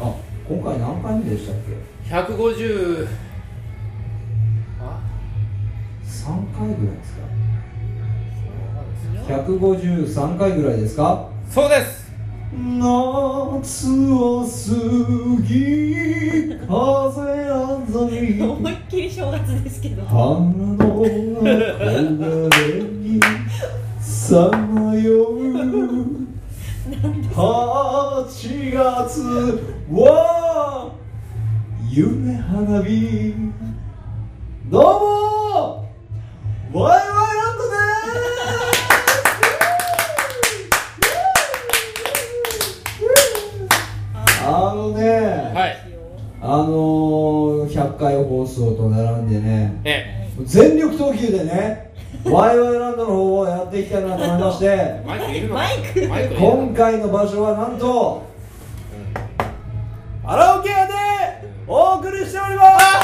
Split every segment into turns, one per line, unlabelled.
今回何回目でしたっけ
150あ
3回ぐらいですか
そう
153回ぐらいですか
そうです
夏を過ぎ風あざみ
思いっきり正月ですけど
花の憧れにさまよう8月は夢花火どうもワイワイランドですあのね、
はい
あのー、100回放送と並んでね
え
全力投球でねワイワイランドの方をやっていきたいなと思いまして
えマイクいるの
マイク
マイクいるの
今回の場所はなんとカラオケ屋でお送りしておりますイエ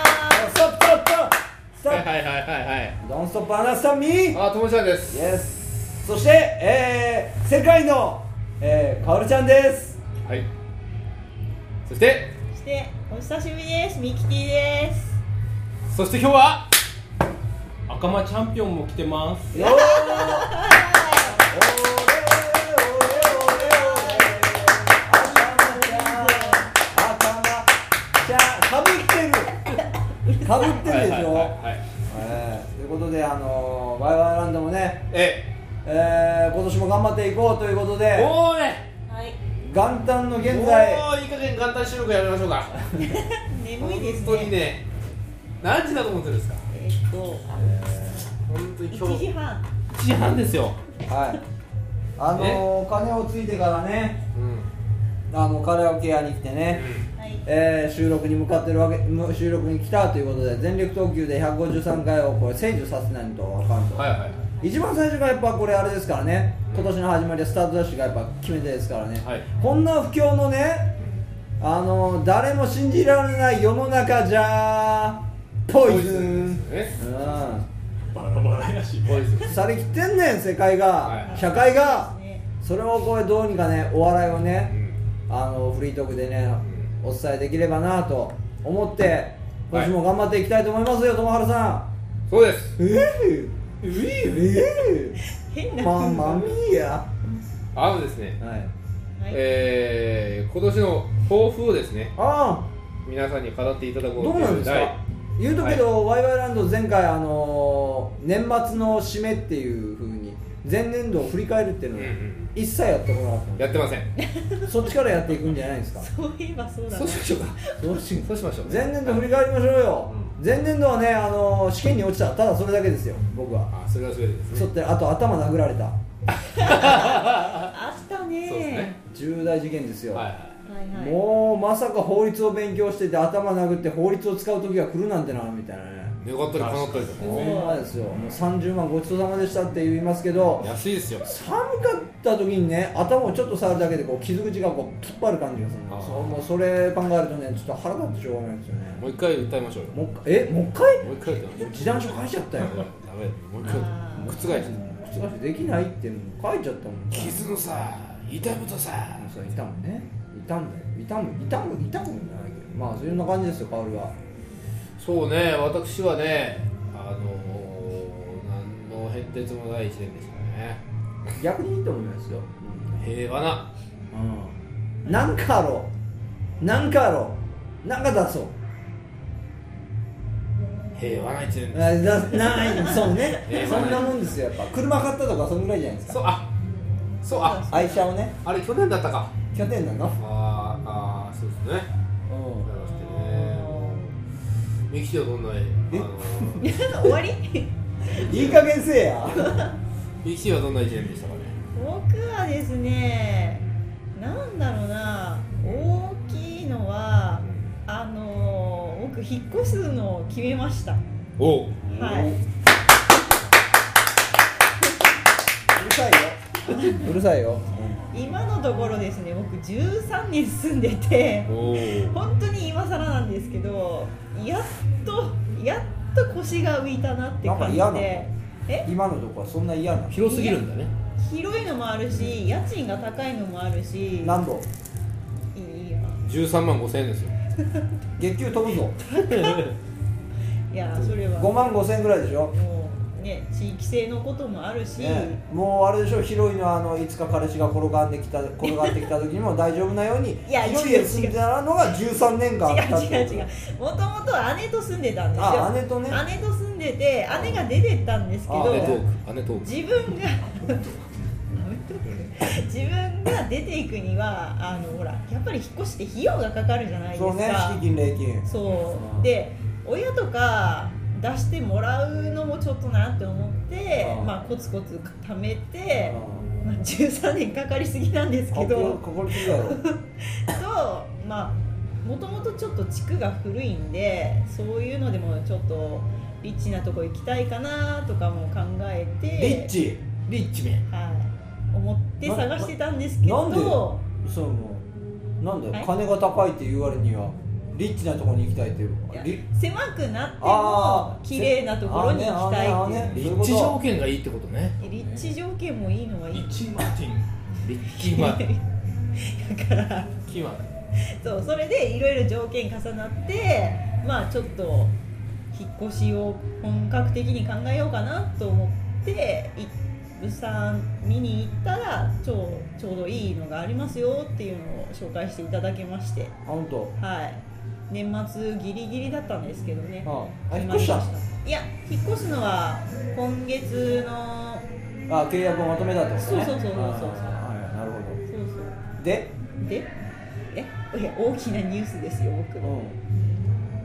ーイストップストップスト
はい
ッ
はいはいはいはい
プドンストップアナスタミー
あともちゃんです
イエスそして、えー、世界の、えー、かおるちゃんです
はいそして
そしてお久しぶりですミキティです
そして今日は赤間チャンピオンも来てます
よーおーかぶってるかぶってるでしょ、
はいはいはいはい
えーということで、あのー、ワイワイランドもね、
え
えー、今年も頑張っていこうということ
え
で
おーね
はい
元旦の現在
おーいい加減元旦収録やめましょうか
眠いですね
本当にね何時だと思ってるんですか
えーっと
本当に今
1時
日
半
1時半ですよ
はいあのー、金をついてからね
うん
あのカラオケ屋に来てね、
はい
えー収録に向かってるわけむ収録に来たということで全力投球で153回をこれ制御させないとあかんと、
はいはいはい
一番最初がやっぱこれあれですからね今年の始まりはスタートダッシュがやっぱ決め手ですからね、
はい
こんな不況のねあの誰も信じられない世の中じゃポイズン
え
うん
バラバラやし
ボイス
腐りきってんねん世界が、
はい
社会が
そうですね
それをこれどうにかねお笑いをね、
うん
あのフリートークでね、お伝えできればなと思って今年も頑張っていきたいと思いますよ友原さ
そうです
んえ
う
え
い
え
変
え
な
ママミヤ
あのですね
はい
はい
えー、今年の抱負をですね
あ
皆さんに語っていただ
あ
こう
どうなんです
第
か言うとけど、ワイワイランド前回あのー年末の締めっていうふうに前年度を振り返るっていうのを
うんうん
一切やってこなかっ
やってません
たのそっちからやっていくんじゃないですか
そういえばそうだ
そ
な
うしましょうか
そうし
そうしましょうね
前年度振り返りましょうよ、前年度はね、あのー試験に落ちたただそれだけですよ僕は
あそれはそれでです
そ
ね
ってあと頭殴られた
あったね
そうですね
重大事件ですよ、
はいはい
はいはい
もうまさか法律を勉強してて頭殴って法律を使う時が来るなんてなみたいなね
願ったり叶ったりとか
ほんまですよもう30万ごちそうさまでしたって言いますけど
安いですよ
寒かった時にね頭をちょっと触るだけでこう傷口がこう突っ張る感じがする
あ
の
ー
そうもうそれ考えるとねちょっと腹立ってしょうがないですよね
もう一回歌いましょうよ
もう一回えもう一回
もう一回歌いましょう
示談書書いちゃったよ
ダメもう一回
あー
覆しちゃった
うん覆しできないっていうの書いちゃったもん
傷のさ痛いことさ
そう痛むね痛む痛む痛む痛むじゃないけどまあそんな感じですよ薫は
そうね私はねあのー、何の変哲もない一年でしたね
逆にいいと思いますよ、
平和な
うん、なんかあろうなんかあろうなんか出そう
平和な一年
あ出ないそうね
えー
そんなもんですよやっぱ車買ったとかそんぐらいじゃないです
そう
か
あそうあ
愛車をね
あれ去年だったか
拠点なの
あーあーそうですね
うん
そうしてねミキティはどんなあのー
終わり
いい加減せえや
ミキティはどんな一年でしたかね
僕はですねなんだろうな大きいのはあのー僕引っ越すのを決めましたは
おう
いう
るさいようるさいよ
今のところですね僕13年住んでて
おー
本当に今更なんですけどやっとやっと腰が浮いたなって
なんか
感じ
嫌なの
でえ
今のとこはそんな嫌なの
広すぎるんだね
広いのもあるし家賃が高いのもあるし
何度
いいよ
13万5千円ですよ
月給飛ぶぞ
いやそれは
5万5千円ぐらいでしょ、
もうね地域性のこともあるし、
ね、もうあれでしょヒロイのあのいつか彼氏が転がってきた転がってきた時にも大丈夫なように
いや
ヒロイへ住んでたのが13年間あったって
違う違う違うもともと姉と住んでたんですよ
あ姉とね
姉と住んでて姉が出てったんですけ
あ
姉
ね
ト
ど
ーク姉トーク
自分が自分が出ていくにはあのほらやっぱり引っ越して費用がかかるじゃないですか
そうね敷金礼金
そうで親とか出してもらうのもちょっとなって思って
うん
まあコツコツ貯めて
うん
まあ、13年かかりすぎなんですけ
心
ど
心地いいだろ
とまあもともとちょっと地区が古いんでそういうのでもちょっとリッチなとこ行きたいかなとかも考えて
リッチ
リッチめ
はい、思って探してたんですけ
ななん
ど
そうもうなんだよ、
はい
金が高いって言われにはリッチなところに行きたいっていう
いや
リ
狭くなって
あ
も
ー
綺麗なところに行きたい
あー
っ
ねあーねあーね
て
リッチ条件がいいってことね
いう立地条件もいいのはいい
リッチーマーティン
リッチマン
だから
キマン
そうそれでいろいろ条件重なってまあちょっと引っ越しを本格的に考えようかなと思ってい物産見に行ったらちょうちょうどいいのがありますよっていうのを紹介していただけまして
あ本当
はい年末ギリギリだったんですけどね
ああ引っ越した
いや引っ越すのは今月の
あ契約をまとめたってことね
そうそうそうそうそ
あー
う
はいなるほ
そうそ
どで
うでえいや大きなニュースですよ
う
僕
ん
の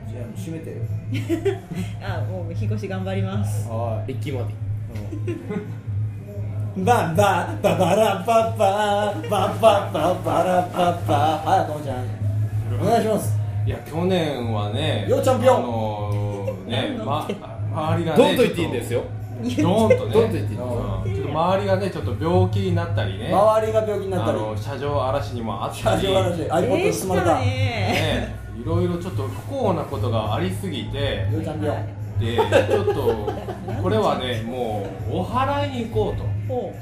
じゃあ閉めてよ
あもう引っ越し頑張ります
は
リッキーマーティン
い バンバンババラババババババラババはいともちゃんお願いします
いや去年はね
ようチャンピオン
あのーね
何の
ま周りがね
どんと言っていいんですよ
ちょっとドーンとね
どんと言っていいんです
よ
うんちょっと周りがねちょっと病気になったりね
周りが病気になった
あ
り
の車上荒らしにもあった
車
り
上荒らし iPod
で
に
し
進ま
た
れたよ
ね
ねいろいろちょっと不幸なことがありすぎて
うチャンピオン
でちょっとこれはねもうお祓いに行こうと
ほ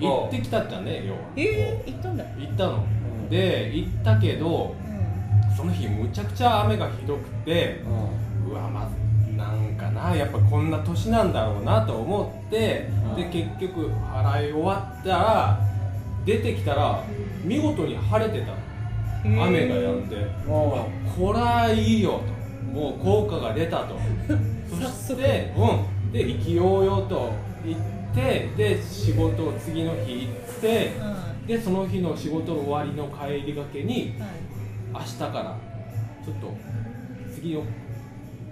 行ってきたじゃね要は
うえー、行ったんだ、
行ったの
ん
で行ったけど
うん、
その日むちゃくちゃ雨がひどくてうわまずなんかなやっぱこんな年なんだろうなと思ってで
うん
結局払い終わったら出てきたら見事に晴れてたの雨が止んで
もう
こらいいよともう効果が出た とそしてうんで意気揚々と行ってで仕事を次の日行って
うんは
でその日の仕事終わりの帰りがけに
い
明日からちょっと次の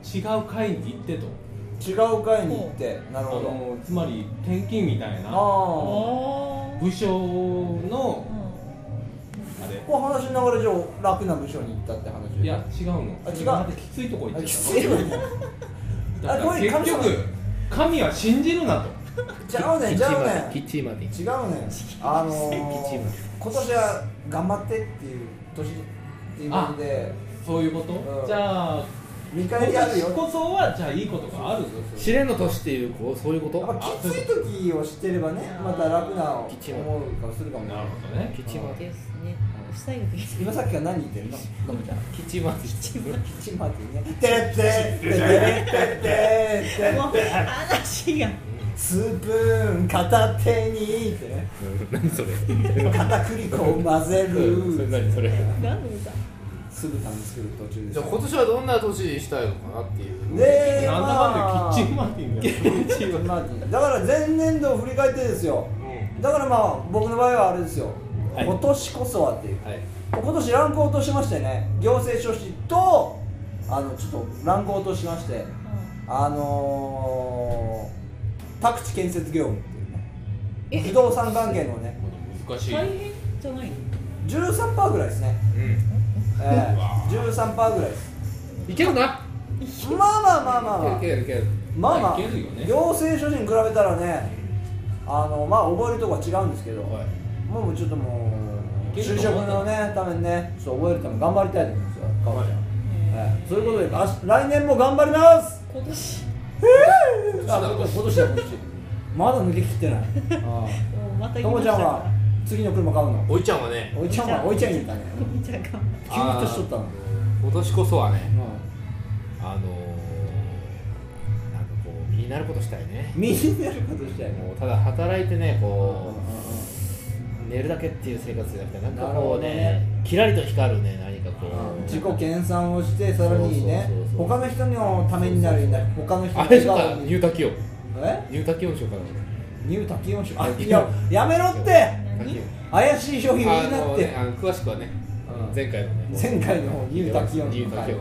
違う会に行ってと
違う会に行ってなる
あ
ほど
のつまり転勤みたいな
ああ
おー
部署の
う
あれ
こう話の流れ上楽な部署に行ったって話
いや違うの
あ違う
それまたきついとこ行っ
あ
て
き
た
つい
の
わね
だか
あこ
ら
れ
結
神様
局神は信じるなと
ちゃうねんちゃうねん
キッチーマーティン
違うねあの
チー
ー
ム、
今年は頑張ってっていう年っていうことで
そういうこと、
うん
じゃあ
見
今
返りある
年
よ
こそはじゃあいいことがあるぞ
試練の年っていうこうそういうこ
やっ
と
ぱきつい時を知ってればねまた楽な思うかするかも
な
ね
るほどね
キッチーマー
ん
ティン
ですね夫妻がです
今さっきから何言ってるののむちゃん
キッチーマーティン
キッチンパーティーね「てれってれってれってれ
もう話が
スプーン片手に」ってね
何それ
片栗粉を混ぜ
それ
る
何それ
何の歌
酢豚に作る途中で
じ
す
ゃあ今年はどんな年にしたいのかなっていう
で
なんだ
まあ
かんだキッチンマーティンだよ
キッチンパーティーだから前年度を振り返ってですよだからまあ僕の場合はあれですよ、
はい
今年こそはっていう
はい
今年乱高としましてね行政書士とあのちょっと乱高としましてあのー、宅地建設業務っていうね不動産関係のね
難しい、
大変じゃないの
13%ぐらいですね、
うん
え
うわ
え13%ぐらいです
いけるない
まあまあまあまあまあ
いけるいけるいける
まあまあ、
いけるよね
行政書士に比べたらねあのまあ覚えるとこは違うんですけど、
はい
もうちょっともう
いけ
就
る
職
と思
の
う
ねためにねちょっと覚えるために頑張りたいと思うんですよかおちゃん、
はい
はい、そういうことであし来年も頑張ります
今年
あ今年だ今年まだ抜けきって ない
あ
もうまた
ともちゃんは次の車買うの
おいちゃんはね
おいちゃんはおいちゃん言ったね
おいちゃんが
急に年取ったの
あー今年こそは ね
う
あのーなんかこう身になることしたいね
ん身になることしたい
もうただ働いてねこう
う
寝るだけっていう生活じゃなくてなんか
なるほ
こ
ど
うね
ね
キラリと光るね何かこ
んうんうん
う
自己研鑽をしてさらにね
そうそうそうそう
他の人のためになるんだ他の人
あ
の
れし
笑
か
顔
ニュ
に
ータキオ
え
ニュータキオンしようかな
ニュータキオンショあいややめろって
何
怪しい商品
あ
にな
の
って
ねあの詳しくはね
うん
前回のね
前回のニュータキオン
ニュータキオン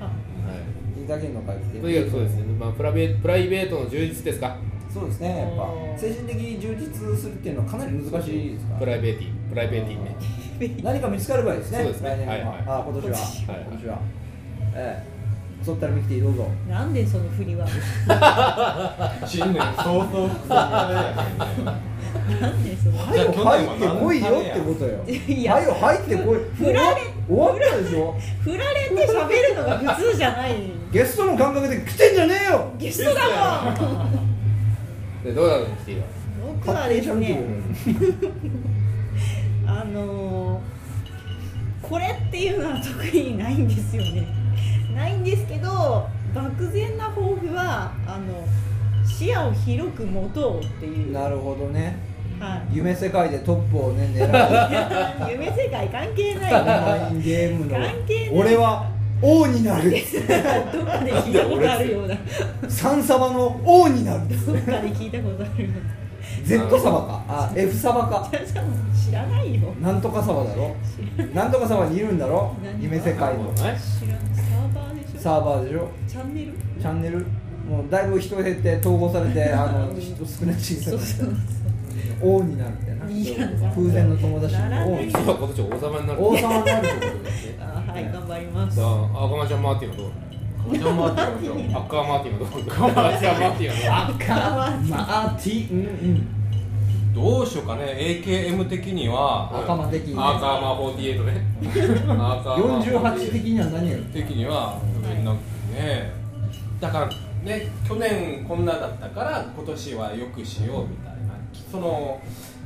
あ
はい
ニュータキオンの会来て
とにかくそうですね、まあ、プラベプライベートの充実ですか
そうですねやっぱ精神的充実するっていうのはかなり難しいですか
プ
ら
ライベーティプライベーティね
何か見つかればいいですね
そうですね
来年は、
はいはい
あ今年は
はいはい
今年はええそったらミキティどうぞ
なんでその振りは
新年早々不だね
なんでその
はいよ入ってこいよってことよ
いや
はいよ入ってこい
振られ
終わったでしょ
振られて喋るのが普通じゃない
ゲストの感覚で来てんじゃねえよ
ゲストだもん
でどうなのキティは
僕はです
勝手に
ねあのーこれっていうのは特にないんですよねないんですけど漠然な抱負はあの視野を広く持とうっ
喋る
ていう、は
なるほどね
い、
夢世界でトップをね狙う
夢世界関係ない
オン
な
ラインゲームの
関係ない
俺は王になる
どっかで聞いたことあるような
サンサバの王になる
どっかで聞いたことあるよう
Z サバかあ F サバか
なじゃあもう知らないよ
なんとかサバだろなんとかサバにいるんだろ
何
夢世界の
ね
知らないサーバーでしょ
サーバーでしょ
チャンネル
チャンネルもうだいぶ人減って統合されてあの人少なく小
そう
さ
そう
く王になるみたいない
や
空前の友達
なら
の王
ない
に
今今年王様になる
王様になるってことですね
あはい頑張ります
さあ赤間ちゃんマーティンはどうアッカーマーティンはどう赤間ちゃんマーティンは
赤マーティン
どうしようかね AKM 的には
赤間的
どう
に
アーカーマー48ねアーカーマー
48的には何やる
的にはなんかねだからね去年こんなだったから今年はよくしようみたいなその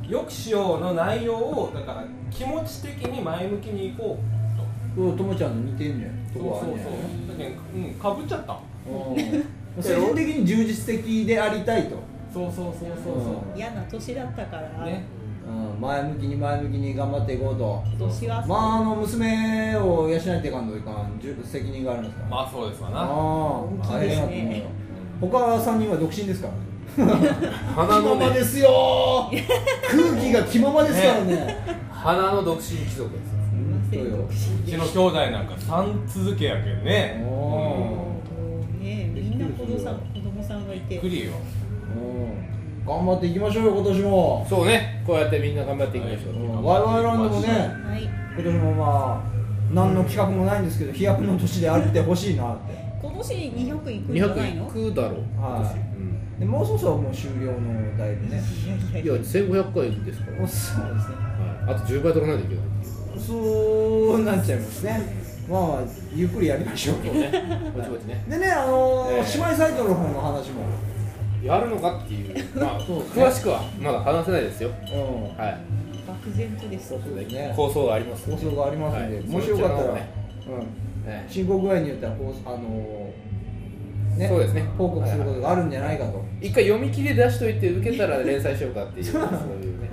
よくしようの内容をだから気持ち的に前向きにいこうと
うんともちゃんの似てんじゃんと
そう
こはあ
そ
る
うん
じゃ
そ
ないう
だけどうんかぶっちゃった
うん精神的に充実的でありたいと、
そうそうそうそうそう
嫌な年だったから、
ね
うん、前向きに前向きに頑張っていこうと
今年は
まああの娘を養っていかんといかんじゅ責任があるんですから
まあそうですわな
ああ
大きいですね
大変やと思うよ他三人は独身ですから
鼻の
気まま
ね
ですよー 空気が気ままですからね
鼻の独身貴族です
すいません
本
独
う
身
ちの兄弟なんか3続けやけんね
お
もうねみんな子供さん子供さんがい
び
て
っくりよ
うん頑張っていきましょうよ今年も、
そうねこうやってみんな頑張っていきましょう、
うん、ワイワイランドもね
はい
今年もまあ何の企画もないんですけど飛躍の年であってほしいなって
今年200いくんじゃない
200
の
いくだろう、
はい
うん
でもうそろそろもう終了のだいぶね
いや
い
いや
や1500回ですから、
そうですね
はいあと10倍取らないといけないってい
そ
う
うなっちゃいますねまあゆっくりやりましょう
そう ねぼちぼちね
でねあのー
ええ
姉妹サイトの方の話も
やるのかって いう、まあ、
そうですね
詳しくはまだ話せないですよ。
う
はい。
漠然とです
そうですね
構想があります。
ん放送がありますんで、
はい
もしよかったら、
そちらの方ね
うん、
ね
進行具合によっては放送あのー
そうですね
報告することがあるんじゃないかと、
一回読み切り出しといて受けたら連載しようかっていう そういうね。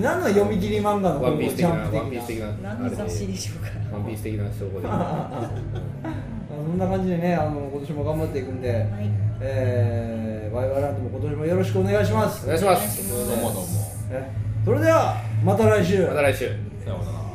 何の読み切り漫画の
ワンピース的
ジ
な
ャンプ
ワンピース的
的な
な
何の雑誌で
で
しょうか
ワンピース的な証 拠で。
そんな感じでねあの今年も頑張っていくんで、
はい
えー、ワイワイランドも今年もよろしくお願いします
お願いします。
どうもどうも
えそれではまた来週
また来週。
さようなら